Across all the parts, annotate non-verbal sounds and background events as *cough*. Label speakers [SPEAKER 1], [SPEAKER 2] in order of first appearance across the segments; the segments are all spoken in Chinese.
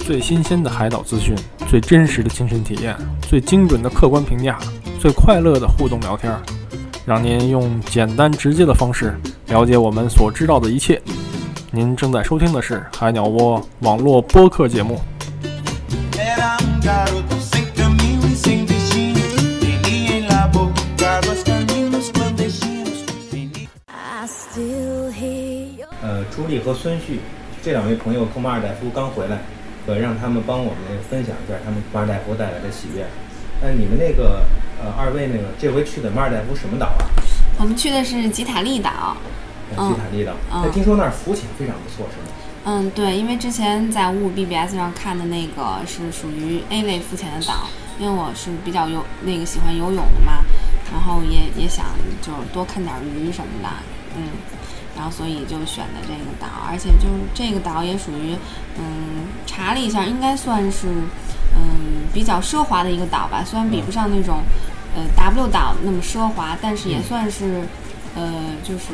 [SPEAKER 1] 最新鲜的海岛资讯，最真实的亲身体验，最精准的客观评价，最快乐的互动聊天，让您用简单直接的方式了解我们所知道的一切。您正在收听的是海鸟窝网络播客节目。
[SPEAKER 2] Eran garotos um sem caminho e sem destino. Teni em labo, águas, caminhos clandestinos. Teni-
[SPEAKER 3] I still hear your
[SPEAKER 4] 呃，朱莉和孙旭这两位朋友从马尔代夫刚回来，呃，让他们帮我们分享一下他们马尔代夫带来的喜悦。那你们那个呃，二位那个这回去的马尔代夫什么岛啊？
[SPEAKER 5] 我们去的是吉塔利岛，
[SPEAKER 4] 呃
[SPEAKER 5] 嗯
[SPEAKER 4] 基塔利岛。
[SPEAKER 5] 嗯
[SPEAKER 4] 那听说那儿浮潜非常不错，是吗？
[SPEAKER 5] 嗯，对，因为之前在五五 BBS 上看的那个是属于 A 类浮潜的岛，因为我是比较游那个喜欢游泳的嘛，然后也也想就是多看点鱼什么的，嗯，然后所以就选的这个岛，而且就是这个岛也属于，嗯，查了一下，应该算是，嗯，比较奢华的一个岛吧，虽然比不上那种，呃，W 岛那么奢华，但是也算是，呃，就是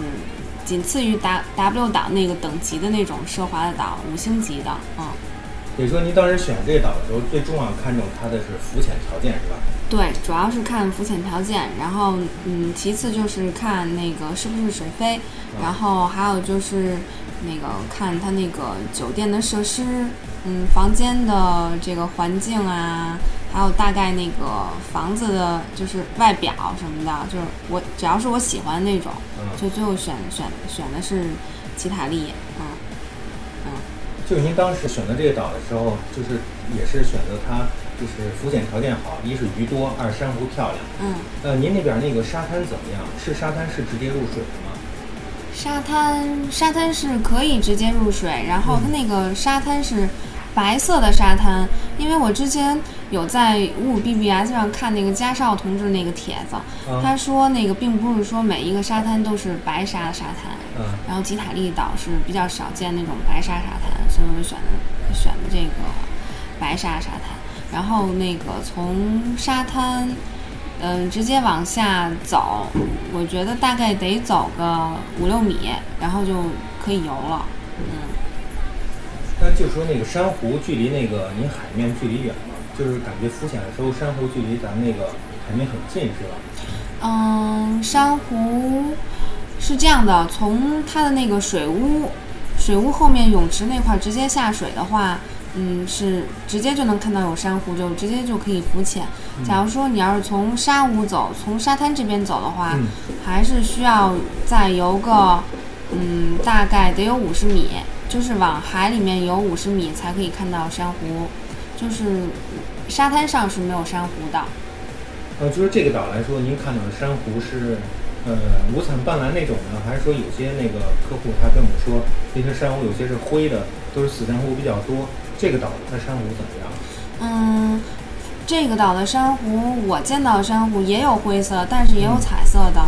[SPEAKER 5] 仅次于 W W 岛那个等级的那种奢华的岛，五星级的，嗯，
[SPEAKER 4] 也就是说您当时选这岛的时候，最重要看重它的是浮潜条件，是吧？
[SPEAKER 5] 对，主要是看浮潜条件，然后嗯，其次就是看那个是不是水飞，然后还有就是那个看它那个酒店的设施，嗯，房间的这个环境啊，还有大概那个房子的就是外表什么的，就是我只要是我喜欢那种，
[SPEAKER 4] 嗯，
[SPEAKER 5] 就最后选选选的是吉塔利，嗯。
[SPEAKER 4] 就是您当时选择这个岛的时候，就是也是选择它，就是浮潜条件好，一是鱼多，二珊瑚漂亮。
[SPEAKER 5] 嗯
[SPEAKER 4] 呃，您那边那个沙滩怎么样？是沙滩是直接入水的吗？
[SPEAKER 5] 沙滩，沙滩是可以直接入水，然后它那个沙滩是白色的沙滩，因为我之前有在五五 BBS 上啊看那个嘉绍同志那个帖子，
[SPEAKER 4] 啊
[SPEAKER 5] 他说那个并不是说每一个沙滩都是白沙沙滩，
[SPEAKER 4] 嗯。
[SPEAKER 5] 然后吉塔利岛是比较少见那种白沙沙滩，所以我就选的选的这个白沙沙滩。然后那个从沙滩，嗯、直接往下走，我觉得大概得走个五六米，然后就可以游了。嗯，
[SPEAKER 4] 那就说那个珊瑚距离那个您海面距离远吗？就是感觉浮潜的时候，珊瑚距离咱们那个海面很近，是吧？
[SPEAKER 5] 嗯，珊瑚是这样的，从它的那个水屋，水屋后面泳池那块儿直接下水的话，嗯，是直接就能看到有珊瑚，就直接就可以浮潜。假如说你要是从沙屋走，从沙滩这边走的话，
[SPEAKER 4] 嗯
[SPEAKER 5] 还是需要再游个，嗯，大概得有五十米，就是往海里面游五十米才可以看到珊瑚，就是沙滩上是没有珊瑚的。
[SPEAKER 4] 呃，就是这个岛来说，您看到的珊瑚是，呃，五彩斑斓那种呢，还是说有些那个客户他跟我们说，这些珊瑚有些是灰的，都是死珊瑚比较多。这个岛它珊瑚怎么样？
[SPEAKER 5] 嗯，这个岛的珊瑚，我见到的珊瑚也有灰色，但是也有彩色的。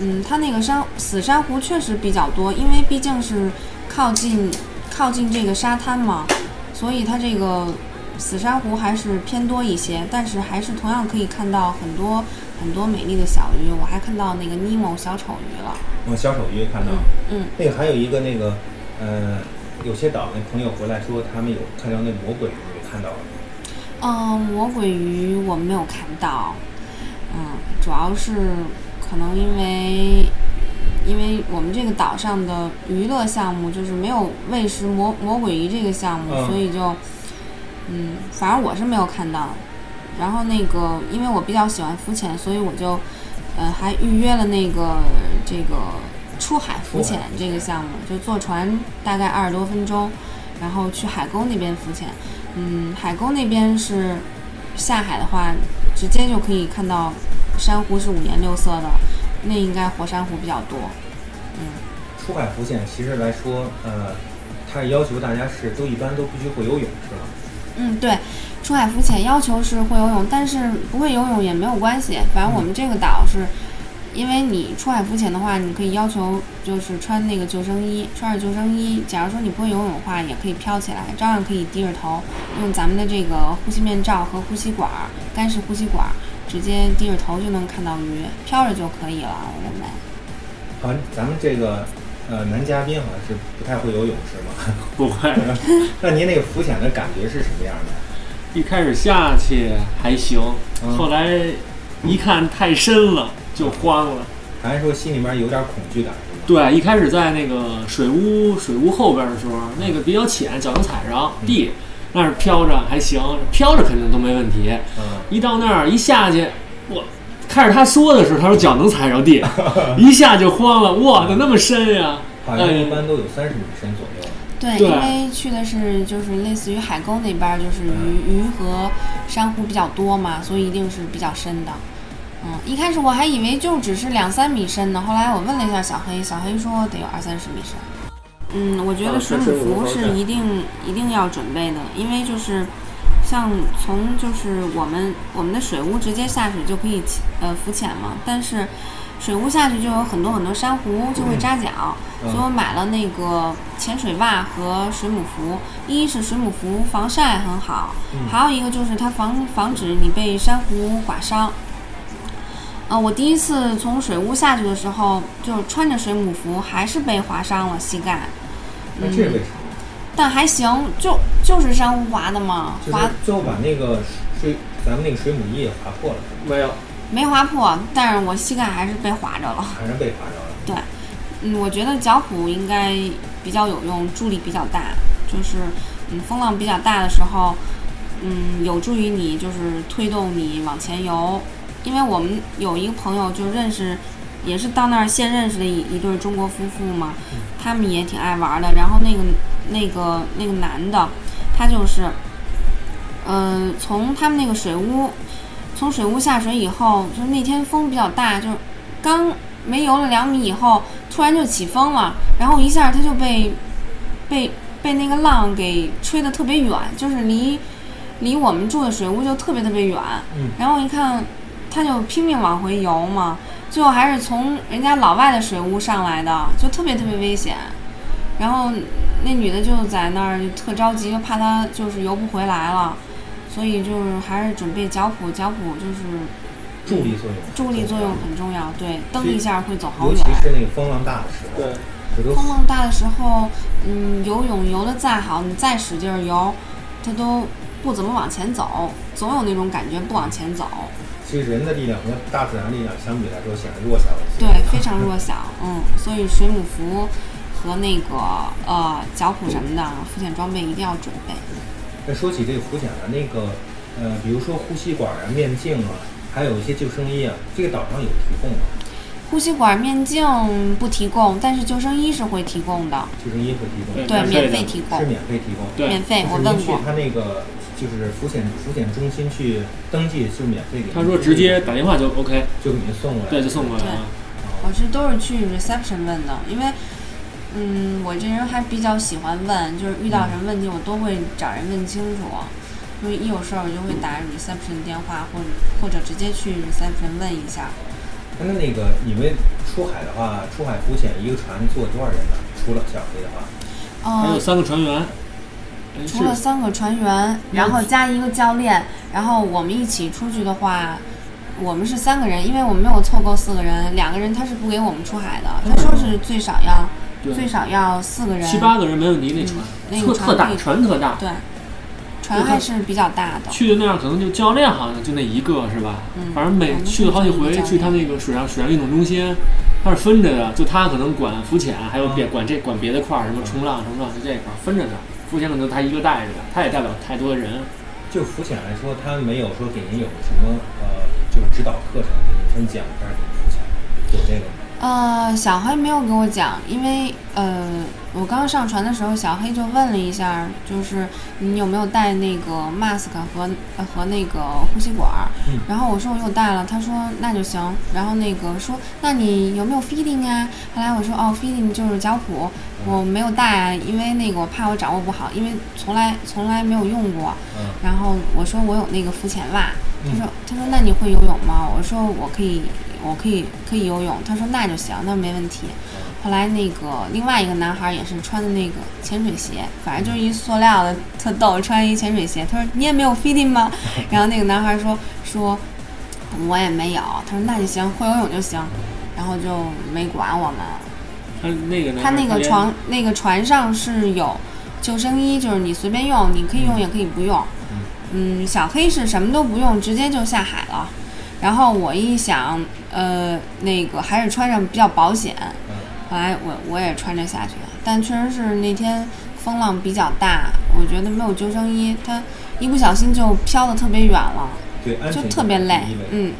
[SPEAKER 5] 嗯，它那个珊死珊瑚确实比较多，因为毕竟是靠近靠近这个沙滩嘛，所以它这个死珊瑚还是偏多一些。但是还是同样可以看到很多很多美丽的小鱼，我还看到那个尼莫小丑鱼了。
[SPEAKER 4] 我小丑鱼看到，
[SPEAKER 5] 嗯
[SPEAKER 4] 那个还有一个那个，呃，有些岛那朋友回来说他们有看到那魔鬼鱼，有看到了吗。
[SPEAKER 5] 嗯，魔鬼鱼我没有看到，嗯，主要是可能因为因为我们这个岛上的娱乐项目就是没有喂食魔魔鬼鱼这个项目，
[SPEAKER 4] 嗯
[SPEAKER 5] 所以就嗯，反正我是没有看到。然后那个，因为我比较喜欢浮潜，所以我就呃还预约了那个这个出海浮
[SPEAKER 4] 出
[SPEAKER 5] 潜
[SPEAKER 4] 海浮
[SPEAKER 5] 这个
[SPEAKER 4] 潜
[SPEAKER 5] 项目，就坐船大概二十多分钟，然后去海沟那边浮潜。嗯，海沟那边是下海的话，直接就可以看到珊瑚是五颜六色的，那应该活珊瑚比较多。
[SPEAKER 4] 出海浮潜其实来说，呃，它要求大家是都一般都必须会游泳，是吧？
[SPEAKER 5] 嗯，对，出海浮潜要求是会游泳，但是不会游泳也没有关系。反正我们这个岛是，因为你出海浮潜的话，你可以要求就是穿那个救生衣，穿着救生衣。假如说你不会游泳的话，也可以飘起来，照样可以低着头，用咱们的这个呼吸面罩和呼吸管儿，干式呼吸管儿，直接低着头就能看到鱼，飘着就可以了。我们
[SPEAKER 4] 好，咱们这个呃男嘉宾好像是不太会游泳是
[SPEAKER 5] *laughs*
[SPEAKER 4] 吗？
[SPEAKER 6] *laughs* 不会，
[SPEAKER 4] 那您那个浮潜的感觉是什么样的？
[SPEAKER 6] 一开始下去还行，
[SPEAKER 4] 嗯
[SPEAKER 6] 后来一看太深了就慌了。
[SPEAKER 4] 还是说心里面有点恐惧感是吗？
[SPEAKER 6] 对，一开始在那个水屋水屋后边的时候，那个比较浅，脚能踩上地，那是飘着还行，飘着肯定都没问题。
[SPEAKER 4] 嗯，
[SPEAKER 6] 一到那儿一下去，我开始他说的时候，他说脚能踩着地，一下就慌了，哇，怎么那么深呀、
[SPEAKER 4] 好
[SPEAKER 5] 呃
[SPEAKER 4] 像一般都有三十米深左右。
[SPEAKER 5] 对，
[SPEAKER 6] 对
[SPEAKER 7] 啊
[SPEAKER 5] 因为去的是就是类似于海沟那边儿，就是
[SPEAKER 7] 嗯
[SPEAKER 5] 鱼鱼和珊瑚比较多嘛，所以一定是比较深的。嗯，一开始我还以为就只是两三米深呢，后来我问了一下小黑，小黑说得有二三十米深。嗯，我觉
[SPEAKER 7] 啊
[SPEAKER 5] 得水
[SPEAKER 7] 确实
[SPEAKER 5] 母
[SPEAKER 7] 有
[SPEAKER 5] 服
[SPEAKER 7] 时候
[SPEAKER 5] 是
[SPEAKER 7] 在
[SPEAKER 5] 一定一定要准备的，因为就是像从就是我们我们的水屋直接下水就可以起呃浮潜嘛，但是水屋下去就有很多很多珊瑚就会扎脚，
[SPEAKER 4] 嗯
[SPEAKER 5] 所以我买了那个潜水袜和水母服。一是水母服防晒很好，
[SPEAKER 4] 嗯
[SPEAKER 5] 还有一个就是它防防止你被珊瑚刮伤。啊，我第一次从水屋下去的时候，就穿着水母服，还是被划伤了膝盖，
[SPEAKER 4] 那
[SPEAKER 5] 嗯
[SPEAKER 4] 这是为什么？
[SPEAKER 5] 但还行，就就是珊瑚划的嘛，
[SPEAKER 4] 就是
[SPEAKER 5] 划
[SPEAKER 4] 最后把那个水，咱们那个水母衣也划破了，
[SPEAKER 7] 没有，
[SPEAKER 5] 没划破，但是我膝盖还是被划着了。
[SPEAKER 4] 还是被划着了。
[SPEAKER 5] 嗯，我觉得脚蹼应该比较有用，助力比较大，就是嗯风浪比较大的时候，嗯有助于你就是推动你往前游。因为我们有一个朋友就认识，也是到那儿现认识的一一对中国夫妇嘛，他们也挺爱玩儿的。然后那个那个那个男的，他就是，嗯、从他们那个水屋，从水屋下水以后，就是那天风比较大，就是刚没游了两米以后，突然就起风了，然后一下他就被被被那个浪给吹得特别远，就是离离我们住的水屋就特别特别远。
[SPEAKER 4] 嗯
[SPEAKER 5] 然后一看，他就拼命往回游嘛，最后还是从人家老外的水屋上来的，就特别特别危险。然后那女的就在那儿就特着急，就怕他就是游不回来了，所以就是还是准备脚蹼，脚蹼就是
[SPEAKER 4] 助力作用，嗯
[SPEAKER 5] 助力作用很重要，对，蹬一下会走好
[SPEAKER 4] 尤
[SPEAKER 5] 远
[SPEAKER 4] 其。是那个风浪大的时候，
[SPEAKER 7] 对，
[SPEAKER 4] 这都
[SPEAKER 5] 风浪大的时候，嗯，游泳游得再好，你再使劲儿游，它都不怎么往前走，总有那种感觉不往前走，
[SPEAKER 4] 其实人的力量和大自然力量相比来说显得弱小了一些。
[SPEAKER 5] 对，非常弱小，嗯，所以水母服和那个呃脚蹼什么的浮潜装备一定要准备。
[SPEAKER 4] 那说起这个浮潜的那个，呃，比如说呼吸管啊、面镜啊，还有一些救生衣啊，这个岛上有提供吗？
[SPEAKER 5] 呼吸管、面镜不提供，但是救生衣是会提供的，
[SPEAKER 4] 救生衣会提供，
[SPEAKER 6] 对
[SPEAKER 5] 对，
[SPEAKER 6] 免
[SPEAKER 5] 免
[SPEAKER 6] 费的
[SPEAKER 5] 费提
[SPEAKER 4] 是
[SPEAKER 5] 供，
[SPEAKER 4] 免费提供。
[SPEAKER 6] 对
[SPEAKER 5] 免费，
[SPEAKER 4] 就
[SPEAKER 5] 我
[SPEAKER 4] 是您
[SPEAKER 5] 问
[SPEAKER 4] 去
[SPEAKER 5] 过。
[SPEAKER 4] 他那个就是浮潜浮潜中心去登记是免费给您，
[SPEAKER 6] 他说直接打电话就 OK，
[SPEAKER 4] 就给您送过来，
[SPEAKER 6] 对，就送过来了。
[SPEAKER 5] 我是都是去 reception 问的，因为，嗯，我这人还比较喜欢问，就是遇到什么问题我都会找人问清楚，因为一有事儿我就会打 reception 电话，或者或者直接去 reception 问一下。
[SPEAKER 4] 那那个你们出海的话，出海浮潜一个船坐多少人呢？除了小黑的话，
[SPEAKER 6] 还
[SPEAKER 5] 嗯
[SPEAKER 6] 有，三个船员，哎
[SPEAKER 5] 除了
[SPEAKER 6] 是
[SPEAKER 5] 三个船员，然
[SPEAKER 6] 嗯
[SPEAKER 5] 后加一个教练，然后我们一起出去的话。我们是三个人，因为我们没有凑够四个人，两个人他是不给我们出海的，他说是最少要
[SPEAKER 6] 对
[SPEAKER 5] 最少要四个人，嗯
[SPEAKER 6] 七八个人没问题，那船
[SPEAKER 5] 那
[SPEAKER 6] 特
[SPEAKER 5] 个
[SPEAKER 6] 特大，
[SPEAKER 5] 可以
[SPEAKER 6] 船特大。
[SPEAKER 5] 对，船还是比较大的。
[SPEAKER 6] 去的那样可能就教练好像就那一个是吧？
[SPEAKER 5] 嗯
[SPEAKER 6] 反正每
[SPEAKER 5] 我们
[SPEAKER 6] 去了好几
[SPEAKER 5] 是一个
[SPEAKER 6] 回
[SPEAKER 5] 教，练
[SPEAKER 6] 去他那个水上水上运动中心，他是分着的，就他可能管浮潜，还有别
[SPEAKER 5] 嗯
[SPEAKER 6] 管这管别的块儿，什么冲浪、什么浪就这一块儿分着的。浮潜可能他一个带着的，他也带不了太多人。
[SPEAKER 4] 就浮潜来说，他没有说给您有什么呃，就是指导课程给您分讲一下怎么浮潜，有这个吗？
[SPEAKER 5] 呃，小黑没有给我讲，因为呃，我刚上船的时候，小黑就问了一下，就是你有没有带那个 mask 和呃和那个呼吸管儿？
[SPEAKER 4] 嗯
[SPEAKER 5] 然后我说我有带了，他说那就行。然后那个说那你有没有 feeding 啊？后来我说哦，feeding 就是脚蹼，
[SPEAKER 4] 嗯
[SPEAKER 5] 我没有带啊，因为那个我怕我掌握不好，因为从来从来没有用过。
[SPEAKER 4] 嗯
[SPEAKER 5] 然后我说我有那个浮潜袜，他
[SPEAKER 4] 嗯
[SPEAKER 5] 说他说那你会游泳吗？我说我可以，我可以可以游泳。他说那就行，那没问题。后来那个另外一个男孩也是穿的那个潜水鞋，反正就是一塑料的，特逗，穿一潜水鞋。他说你也没有 feeding 吗？ *laughs* 然后那个男孩说说我也没有。他说那就行，会游泳就行。然后就没管我们。
[SPEAKER 6] 他那个呢？
[SPEAKER 5] 它那个
[SPEAKER 6] 连
[SPEAKER 5] 床那个船上是有救生衣，就是你随便用，你可以用也可以不用。嗯，小黑是什么都不用，直接就下海了。然后我一想，呃，那个还是穿上比较保险。
[SPEAKER 4] 嗯
[SPEAKER 5] 后来我我也穿着下去了，但确实是那天风浪比较大，我觉得没有救生衣，它一不小心就飘得特别远了，
[SPEAKER 4] 对，安
[SPEAKER 5] 就
[SPEAKER 4] 全
[SPEAKER 5] 特别累
[SPEAKER 4] 第一位。
[SPEAKER 5] 嗯，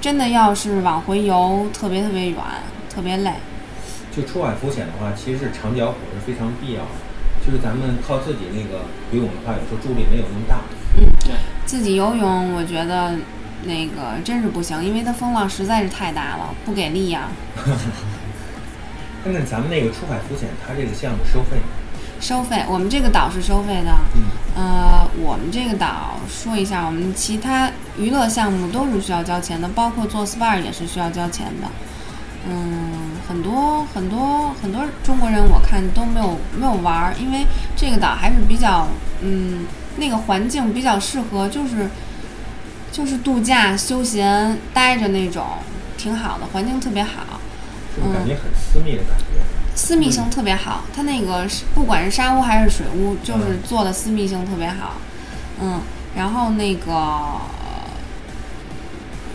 [SPEAKER 5] 真的要是往回游，特别特别远，特别累。
[SPEAKER 4] 就出海浮潜的话，其实是长脚虎是非常必要的。就是咱们靠自己那个游泳的话，有时候助力没有那么大。
[SPEAKER 5] 自己游泳，我觉得那个真是不行，因为它风浪实在是太大了，不给力啊呀、
[SPEAKER 4] 但是咱们那个出海浮潜，它这个项目收费，
[SPEAKER 5] 收费，我们这个岛是收费的。
[SPEAKER 4] 嗯，
[SPEAKER 5] 呃，我们这个岛说一下，我们其他娱乐项目都是需要交钱的，包括做 SPA 也是需要交钱的。嗯，很多很多很多中国人我看都没有没有玩儿，因为这个岛还是比较嗯那个环境比较适合，就是就是度假休闲待着那种，挺好的，环境特别好。
[SPEAKER 4] 是不是感觉很私密的感觉？
[SPEAKER 5] 私密性特别好，它那个是不管是沙屋还是水屋，就是
[SPEAKER 4] 嗯
[SPEAKER 5] 做的私密性特别好，嗯，然后那个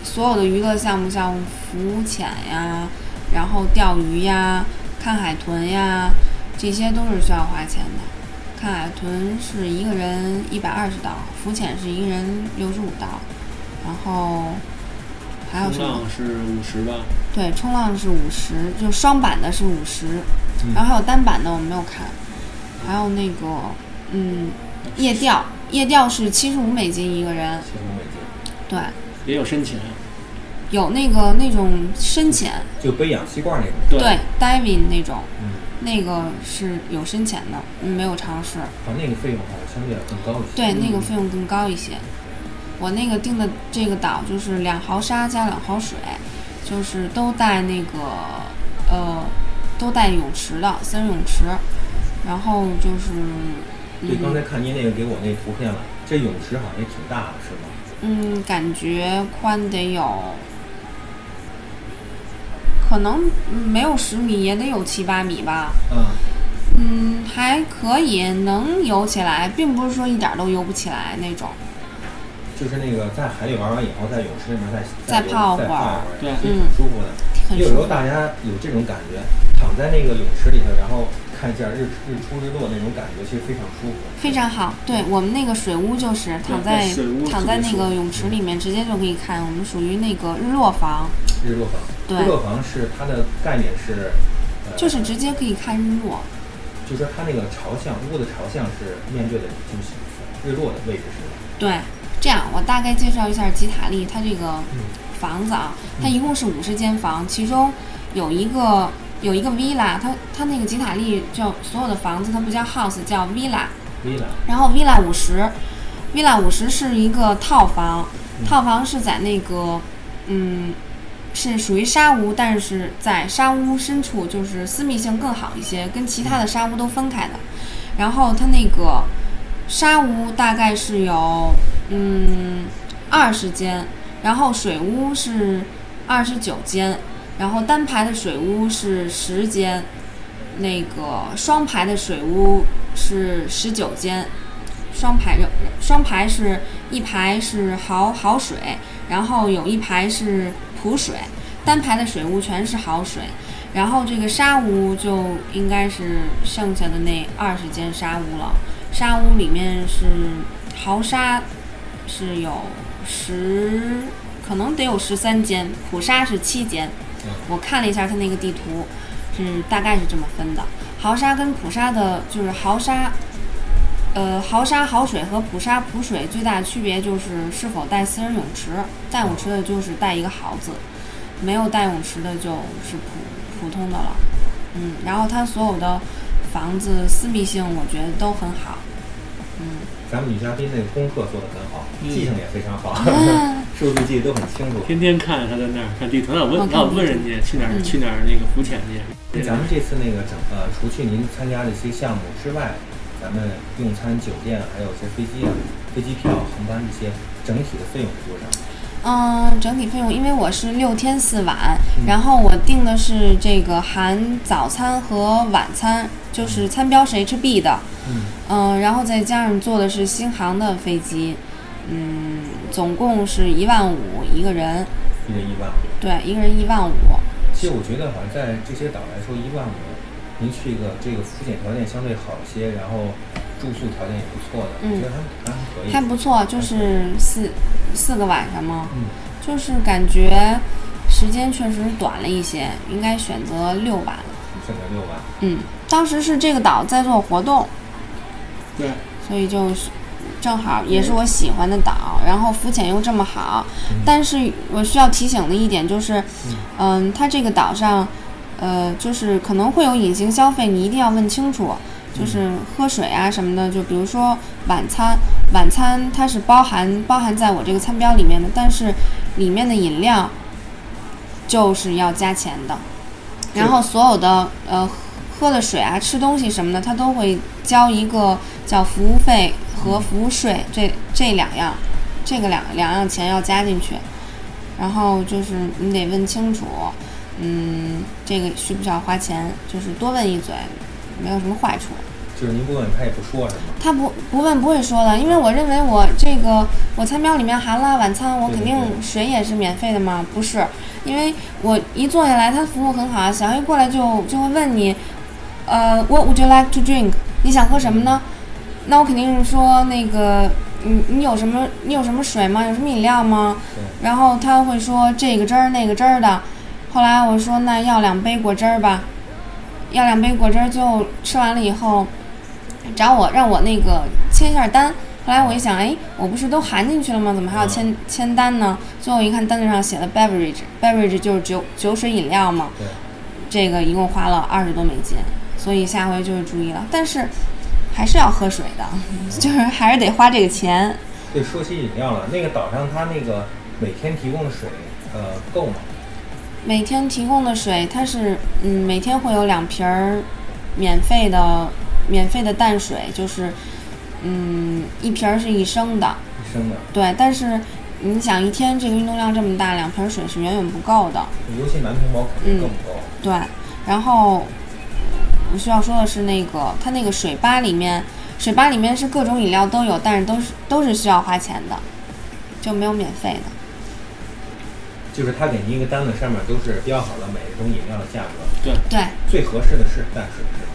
[SPEAKER 5] 所有的娱乐项目，像浮潜呀，然后钓鱼呀、看海豚呀，这些都是需要花钱的。看海豚是一个人一百二十刀，浮潜是一个人六十五刀，然后还有什
[SPEAKER 6] 冲
[SPEAKER 5] 么？
[SPEAKER 6] 浪是五十吧？
[SPEAKER 5] 对，冲浪是五十，就双板的是五十、
[SPEAKER 4] 嗯
[SPEAKER 5] 然后还有单板的我没有看，还有那个嗯夜钓，夜钓是七十五美金一个人，
[SPEAKER 4] 其实我也
[SPEAKER 5] 对，
[SPEAKER 6] 也有深潜，
[SPEAKER 5] 有那个那种深潜，
[SPEAKER 4] 就就背氧气罐那种。
[SPEAKER 6] 对，
[SPEAKER 5] 对，diving 那种，
[SPEAKER 4] 嗯，
[SPEAKER 5] 那个是有深潜的，嗯没有尝试，
[SPEAKER 4] 好，那个费用好像相对要更高一些。
[SPEAKER 5] 对，那个费用更高一些。我那个订的这个岛就是两毫沙加两毫水，就是都带那个呃都带泳池的私人泳池，然后就是
[SPEAKER 4] 对，刚才
[SPEAKER 5] 嗯
[SPEAKER 4] 看您那个给我那图片了，这泳池好像也挺大的，是吗？
[SPEAKER 5] 嗯感觉宽得有，可能没有十米也得有七八米吧，
[SPEAKER 4] 嗯，
[SPEAKER 5] 嗯还可以能游起来，并不是说一点儿都游不起来那种。
[SPEAKER 4] 就是那个在海里玩完以后，在泳池里面再
[SPEAKER 5] 再泡
[SPEAKER 4] 再
[SPEAKER 5] 会儿
[SPEAKER 4] 泡会儿，
[SPEAKER 6] 对
[SPEAKER 4] 其实挺
[SPEAKER 5] 嗯
[SPEAKER 4] 舒服的。
[SPEAKER 5] 很
[SPEAKER 4] 有
[SPEAKER 5] 舒
[SPEAKER 4] 时候
[SPEAKER 5] 服。
[SPEAKER 4] 大家有这种感觉，躺在那个泳池里头，然后看一下日日出日落那种感觉，其实非常舒服。
[SPEAKER 5] 非常好，对我们那个水屋就是躺在
[SPEAKER 6] 水屋
[SPEAKER 5] 躺在那个泳池里面，直接就可以看。我们属于那个日落房，
[SPEAKER 4] 日落房，
[SPEAKER 5] 对
[SPEAKER 4] 日落房是它的概念是，呃，
[SPEAKER 5] 就是直接可以看日落。
[SPEAKER 4] 就说它那个朝向屋的朝向是面对的就是日落的位置是
[SPEAKER 5] 对，这样我大概介绍一下吉塔利它这个
[SPEAKER 4] 嗯
[SPEAKER 5] 房子啊，它一共是五十间房，其中有一个有一个 villa，它它那个吉塔利叫所有的房子它不叫 house 叫 villa，
[SPEAKER 4] 吧？villa，
[SPEAKER 5] 然后 villa 五十，villa 五十是一个套房，套房是在那个，嗯，是属于沙屋，但是在沙屋深处，就是私密性更好一些，跟其他的沙屋都分开的。然后它那个沙屋大概是有，嗯，二十间，然后水屋是二十九间，然后单排的水屋是十间，那个双排的水屋是十九间，双排有双排是一排是好好水，然后有一排是普水，单排的水屋全是好水，然后这个沙屋就应该是剩下的那二十间沙屋了。沙屋里面是豪沙，是有十，可能得有十三间，普沙是七间。我看了一下它那个地图，是大概是这么分的。豪沙跟普沙的，就是豪沙，呃，豪沙好水和普沙普水最大的区别就是是否带私人泳池，带泳池的就是带一个豪字，没有带泳池的就是普普通的了。嗯，然后它所有的房子私密性我觉得都很好。嗯
[SPEAKER 4] 咱们女嘉宾那个功课做得很好，
[SPEAKER 6] 嗯
[SPEAKER 4] 记性也非常好，
[SPEAKER 5] 嗯，
[SPEAKER 4] *laughs* 数据记得都很清楚。
[SPEAKER 6] 天天看他在那儿看地图，老问
[SPEAKER 5] 我嗯看嗯
[SPEAKER 6] 老问人家去哪儿去哪儿那个浮潜去。
[SPEAKER 4] 咱们这次那个整呃，除去您参加这些项目之外，咱们用餐、酒店，还有一些飞机啊、飞机票、航班这些，整体的费用是多少？
[SPEAKER 5] 嗯，整体费用，因为我是六天四晚，然后我订的是这个含早餐和晚餐，就是餐标是 HB 的，
[SPEAKER 4] 嗯
[SPEAKER 5] 嗯，然后再加上坐的是新航的飞机，嗯，总共是一万五一个人，
[SPEAKER 4] 一人一万。
[SPEAKER 5] 对，一个人一万五，
[SPEAKER 4] 其实我觉得好像在这些岛来说，一万五，您去一个这个复检条件相对好一些，然后住宿条件也不错的，
[SPEAKER 5] 嗯
[SPEAKER 4] 我觉得还还可以。
[SPEAKER 5] 还不错，就是四四个晚上嘛，
[SPEAKER 4] 嗯
[SPEAKER 5] 就是感觉时间确实短了一些，应该选择六晚了。
[SPEAKER 4] 选择六万，
[SPEAKER 5] 嗯，当时是这个岛在做活动，
[SPEAKER 6] 对，
[SPEAKER 5] 所以就是正好也是我喜欢的岛，然后浮潜又这么好。但是我需要提醒的一点就是，嗯，它这个岛上，呃，就是可能会有隐形消费，你一定要问清楚。就是喝水啊什么的，就比如说晚餐，晚餐它是包含包含在我这个餐标里面的，但是里面的饮料就是要加钱的。然后所有的呃喝的水啊、吃东西什么的，它都会交一个叫服务费和服务税，这这两样，这个两两样钱要加进去。然后就是你得问清楚，嗯，这个需不需要花钱，就是多问一嘴，没有什么坏处。
[SPEAKER 4] 就是您不问他也不说是吗？
[SPEAKER 5] 他不不问不会说的，因为我认为我这个我餐标里面含了晚餐，我
[SPEAKER 4] 对
[SPEAKER 5] 肯
[SPEAKER 4] 对
[SPEAKER 5] 定
[SPEAKER 4] 对
[SPEAKER 5] 水也是免费的嘛，不是？因为我一坐下来，他服务很好啊，小黑过来就就会问你，呃，What would you like to drink？你想喝什么呢？那我肯定是说那个，你你有什么你有什么水吗？有什么饮料吗？然后他会说这个汁儿那个汁儿的，后来我说那要两杯果汁儿吧，要两杯果汁儿，最后吃完了以后，找我让我那个签一下单。后来我一想，哎，我不是都含进去了吗？怎么还要签、签单呢？最后一看单子上写了 beverage，beverage 就是酒酒水饮料嘛
[SPEAKER 4] 对。
[SPEAKER 5] 这个一共花了二十多美金，所以下回就是注意了。但是还是要喝水的，就是还是得花这个钱。
[SPEAKER 4] 对，说起饮料了，那个岛上它那个每天提供的水，呃，够吗？
[SPEAKER 5] 每天提供的水，它是嗯，每天会有两瓶儿免费的免费的淡水，就是嗯，一瓶儿是一升的，
[SPEAKER 4] 一升的，
[SPEAKER 5] 对。但是你想一天这个运动量这么大，两瓶儿水是远远不够的，
[SPEAKER 4] 尤其南屏保肯
[SPEAKER 5] 嗯
[SPEAKER 4] 定更不够。
[SPEAKER 5] 对。然后我需要说的是，那个它那个水吧里面，水吧里面是各种饮料都有，但是都是都是需要花钱的，就没有免费的。
[SPEAKER 4] 就是他给您一个单子，上面都是标好了每一种饮料的价格，
[SPEAKER 5] 对，
[SPEAKER 4] 最合适的是淡水是吧？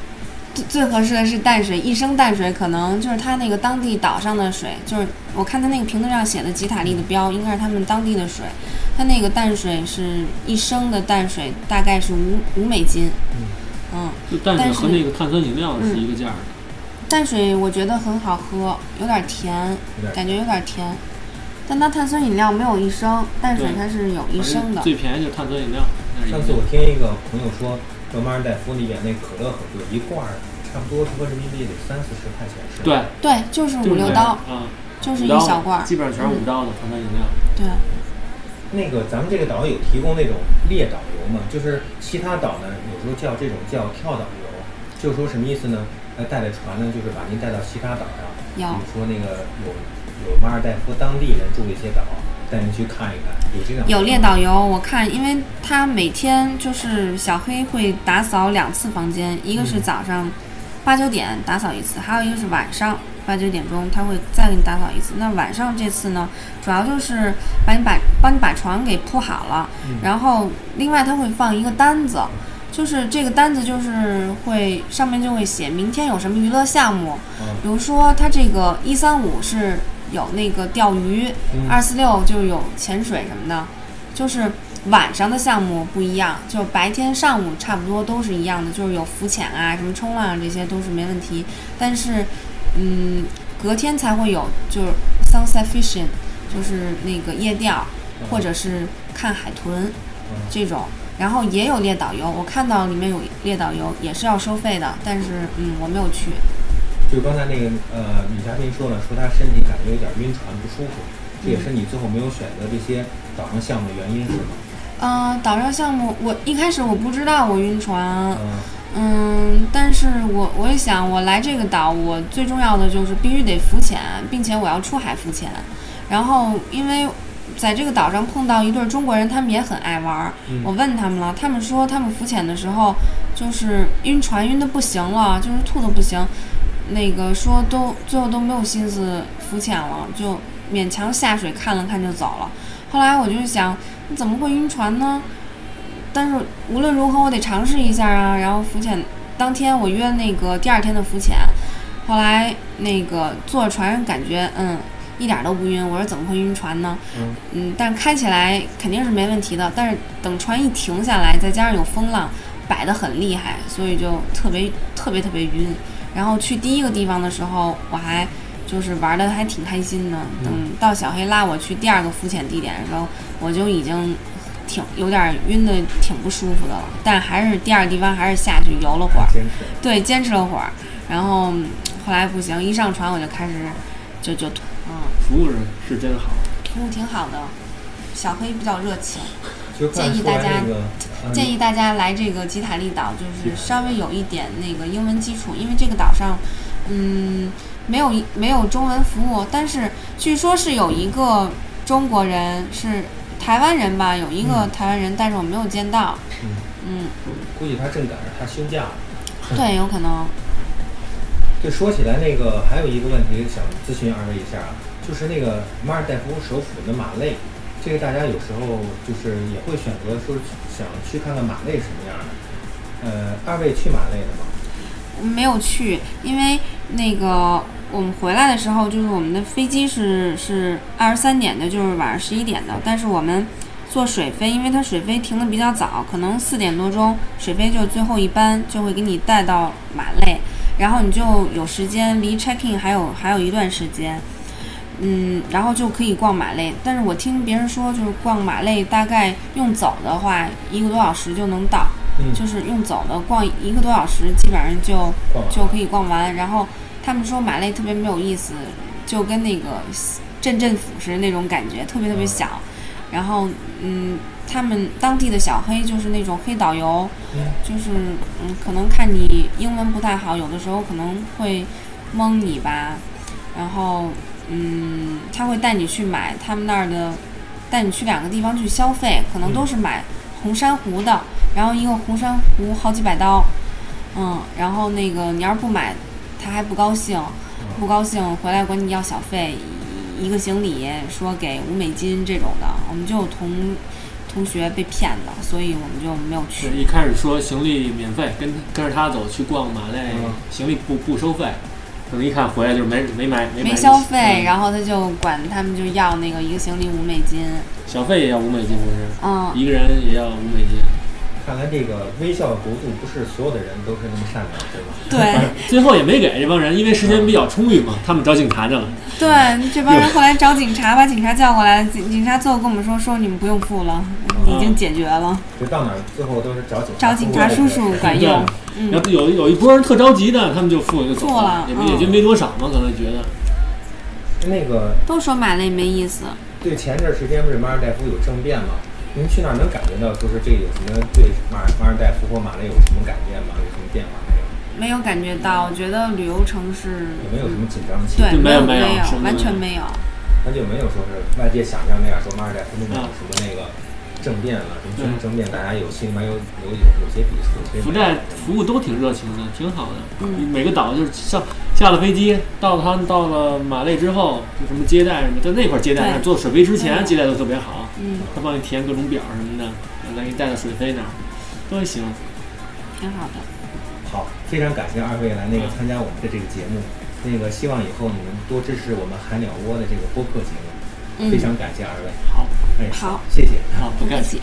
[SPEAKER 5] 最最合适的是淡水，一升淡水可能就是它那个当地岛上的水，就是我看它那个瓶子上写的吉塔利的标，应该是他们当地的水。它那个淡水是一升的淡水，大概是五五美金。嗯，
[SPEAKER 6] 就淡水
[SPEAKER 5] 但是嗯
[SPEAKER 6] 和那个碳酸饮料是一个价儿的。
[SPEAKER 5] 淡水我觉得很好喝，有点甜，
[SPEAKER 4] 有点
[SPEAKER 5] 感觉有点甜。但它碳酸饮料没有一升，淡水
[SPEAKER 6] 对
[SPEAKER 5] 它是有一
[SPEAKER 6] 反正
[SPEAKER 5] 升的。
[SPEAKER 6] 最便宜就是碳酸饮料。那是一
[SPEAKER 4] 上
[SPEAKER 6] 个
[SPEAKER 4] 次我听一个朋友说，说马尔代夫里边那可乐很贵，一罐儿差不多合人民币得三四十块钱是吧？
[SPEAKER 6] 对，
[SPEAKER 5] 对，就是
[SPEAKER 6] 就是
[SPEAKER 5] 五六
[SPEAKER 6] 那
[SPEAKER 5] 刀，
[SPEAKER 6] 样啊，
[SPEAKER 5] 就是
[SPEAKER 6] 五
[SPEAKER 5] 一
[SPEAKER 6] 刀
[SPEAKER 5] 小罐儿。
[SPEAKER 6] 基本上全是五刀的碳酸饮料。
[SPEAKER 5] 对，
[SPEAKER 4] 那个咱们这个岛有提供那种列导游吗？就是其他岛呢，有时候叫这种叫跳岛游，就是说什么意思呢？呃，带着船呢，就是把您带到其他岛上，比
[SPEAKER 5] 有
[SPEAKER 4] 如说那个有有马尔代夫当地人住的一些岛，带您去看一看，有这样
[SPEAKER 5] 有列导游，我看，因为他每天就是小黑会打扫两次房间，一个是早上八九点打扫一次，还有一个是晚上八九点钟他会再给你打扫一次。那晚上这次呢，主要就是把你把帮你把床给铺好了，然后另外他会放一个单子，就是这个单子就是会上面就会写明天有什么娱乐项目，
[SPEAKER 4] 嗯
[SPEAKER 5] 比如说他这个一三五是有那个钓鱼，
[SPEAKER 4] 嗯
[SPEAKER 5] 二四六就有潜水什么的，就是晚上的项目不一样，就白天上午差不多都是一样的，就是有浮潜啊、什么冲浪啊这些都是没问题。但是，嗯，隔天才会有就是 sunset fishing，就是那个夜钓
[SPEAKER 4] 嗯
[SPEAKER 5] 或者是看海豚这种。然后也有猎导游，我看到里面有猎导游也是要收费的，但是嗯，我没有去。
[SPEAKER 4] 就刚才那个呃女嘉宾说了，说她身体感觉有点晕船不舒服，这也是你最后没有选择这些岛上项目的原因是吗？
[SPEAKER 5] 嗯，岛上项目我一开始我不知道我晕船，
[SPEAKER 4] 嗯，
[SPEAKER 5] 嗯，但是我我也想，我来这个岛，我最重要的就是必须得浮潜，并且我要出海浮潜。然后，因为在这个岛上碰到一对中国人，他们也很爱玩儿。
[SPEAKER 4] 嗯
[SPEAKER 5] 我问他们了，他们说他们浮潜的时候就是晕船晕的不行了，就是吐的不行，那个说都最后都没有心思浮潜了，就勉强下水看了看就走了。后来我就想，你怎么会晕船呢？但是无论如何我得尝试一下啊。然后浮潜当天我约那个第二天的浮潜，后来那个坐船感觉嗯一点都不晕，我说怎么会晕船呢？
[SPEAKER 4] 嗯
[SPEAKER 5] 嗯，但开起来肯定是没问题的。但是等船一停下来，再加上有风浪，摆得很厉害，所以就特别特别特别晕。然后去第一个地方的时候，我还就是玩的还挺开心的。等到小黑拉我去第二个浮潜地点的时候，我就已经挺有点晕的，挺不舒服的了。但还是第二个地方还是下去游了会儿，
[SPEAKER 4] 坚持。
[SPEAKER 5] 对，坚持了会儿。然后嗯后来不行，一上船我就开始就就吐，嗯，
[SPEAKER 6] 服务是是真好。
[SPEAKER 5] 服务挺好的。小黑比较热情。
[SPEAKER 4] 其实看
[SPEAKER 5] 建
[SPEAKER 4] 得
[SPEAKER 5] 议
[SPEAKER 4] 出来
[SPEAKER 5] 大家
[SPEAKER 4] 那个，嗯
[SPEAKER 5] 建议大家来这个吉塔利岛，就是稍微有一点那个英文基础，因为这个岛上，嗯，没有没有中文服务，但是据说是有一个中国人是台湾人吧，有一个台湾人，但是我没有见到，嗯，
[SPEAKER 4] 估计他正赶上他休假了。
[SPEAKER 5] 对，有可能，
[SPEAKER 4] 对，说起来那个还有一个问题想咨询二位一下啊，就是那个马尔代夫首府的马累，这个大家有时候就是也会选择说想去看看马累什么样的。呃，二位去马累了吗？
[SPEAKER 5] 没有去，因为那个我们回来的时候，就是我们的飞机是是二十三点的，就是晚上十一点的，但是我们坐水飞，因为它水飞停的比较早，可能四点多钟水飞就最后一班就会给你带到马累，然后你就有时间离 check in 还有还有一段时间。嗯，然后就可以逛马累，但是我听别人说，就是逛马累大概用走的话，一个多小时就能到，
[SPEAKER 4] 嗯，
[SPEAKER 5] 就是用走的逛一个多小时，基本上就
[SPEAKER 4] 逛完了
[SPEAKER 5] 就可以逛完。然后他们说马累特别没有意思，就跟那个镇镇抚似的那种感觉，特别特别
[SPEAKER 4] 嗯
[SPEAKER 5] 小。然后嗯，他们当地的小黑就是那种黑导游，
[SPEAKER 4] 嗯
[SPEAKER 5] 就是嗯，可能看你英文不太好，有的时候可能会蒙你吧。然后嗯，他会带你去买他们那儿的，带你去两个地方去消费，可能都是买红珊瑚的，然后一个红珊瑚好几百刀，嗯，然后那个你要是不买，他还不高兴，不高兴回来管你要小费，一个行李说给五美金这种的，我们就有同同学被骗的，所以我们就没有去
[SPEAKER 6] 是。一开始说行李免费，跟跟着他走去逛马累，
[SPEAKER 4] 嗯
[SPEAKER 6] 行李不不收费。等一看回来就是没没买没买
[SPEAKER 5] 没消费，
[SPEAKER 6] 嗯
[SPEAKER 5] 然后他就管他们就要那个一个行李五美金，
[SPEAKER 6] 小费也要五美金，不是
[SPEAKER 5] 嗯，
[SPEAKER 6] 一个人也要五美金。
[SPEAKER 4] 看来这个微笑国度不是所有的人都是那么善良，对吧？
[SPEAKER 5] 对，
[SPEAKER 6] 最后也没给这帮人，因为时间比较充
[SPEAKER 5] 嗯
[SPEAKER 6] 裕嘛，他们找警察去了。
[SPEAKER 5] 对，这帮人后来找警察，把警察叫过来，警警察最后跟我们说，说你们不用付了，已经解决了，
[SPEAKER 4] 就到哪儿最后都是找警察
[SPEAKER 5] 找警察叔叔管用。嗯
[SPEAKER 6] 然后有有一波人特着急的，他们就付就走
[SPEAKER 5] 付了
[SPEAKER 6] 也没也
[SPEAKER 5] 嗯
[SPEAKER 6] 就没多少嘛，可能觉得。
[SPEAKER 4] 那个
[SPEAKER 5] 都说买累没意思，
[SPEAKER 4] 对，前段时间不是马尔代夫有政变吗？您去那儿能感觉到，就是这有什么对马尔马尔代夫或马累有什么改变吗？有什么变化没有？
[SPEAKER 5] 没有感觉到，我觉得旅游城市
[SPEAKER 4] 有没有什么紧张气氛？
[SPEAKER 5] 对
[SPEAKER 6] 就没有
[SPEAKER 5] 有
[SPEAKER 6] 没有
[SPEAKER 5] 有
[SPEAKER 6] 什么都
[SPEAKER 5] 完全
[SPEAKER 6] 没
[SPEAKER 5] 没有，
[SPEAKER 4] 而且没有说是外界想象那样说马尔代夫那种什么那个政变了，什么军事政变，大家有心里面有有有有些抵触，所以
[SPEAKER 6] 福寨服务都挺热情的，挺好的。
[SPEAKER 5] 嗯
[SPEAKER 6] 每个岛就是上下了飞机，到他们到了马累之后，就什么接待什么，在那块儿接待，
[SPEAKER 5] 对
[SPEAKER 6] 那坐水飞之
[SPEAKER 5] 对
[SPEAKER 6] 前接待都特别好，
[SPEAKER 5] 嗯，
[SPEAKER 6] 他帮你填各种表什么的，再给你带到水飞那儿，都还行。啊
[SPEAKER 5] 挺好的。
[SPEAKER 4] 好，非常感谢二位来那个参加我们的这个节目，那个希望以后你们多支持我们海鸟窝的这个播客节目，非
[SPEAKER 5] 嗯，
[SPEAKER 4] 常感谢二位，
[SPEAKER 6] 好，
[SPEAKER 4] 哎，
[SPEAKER 5] 好，
[SPEAKER 4] 谢谢。
[SPEAKER 6] 好，不
[SPEAKER 5] 不客
[SPEAKER 6] 客气。
[SPEAKER 5] 气，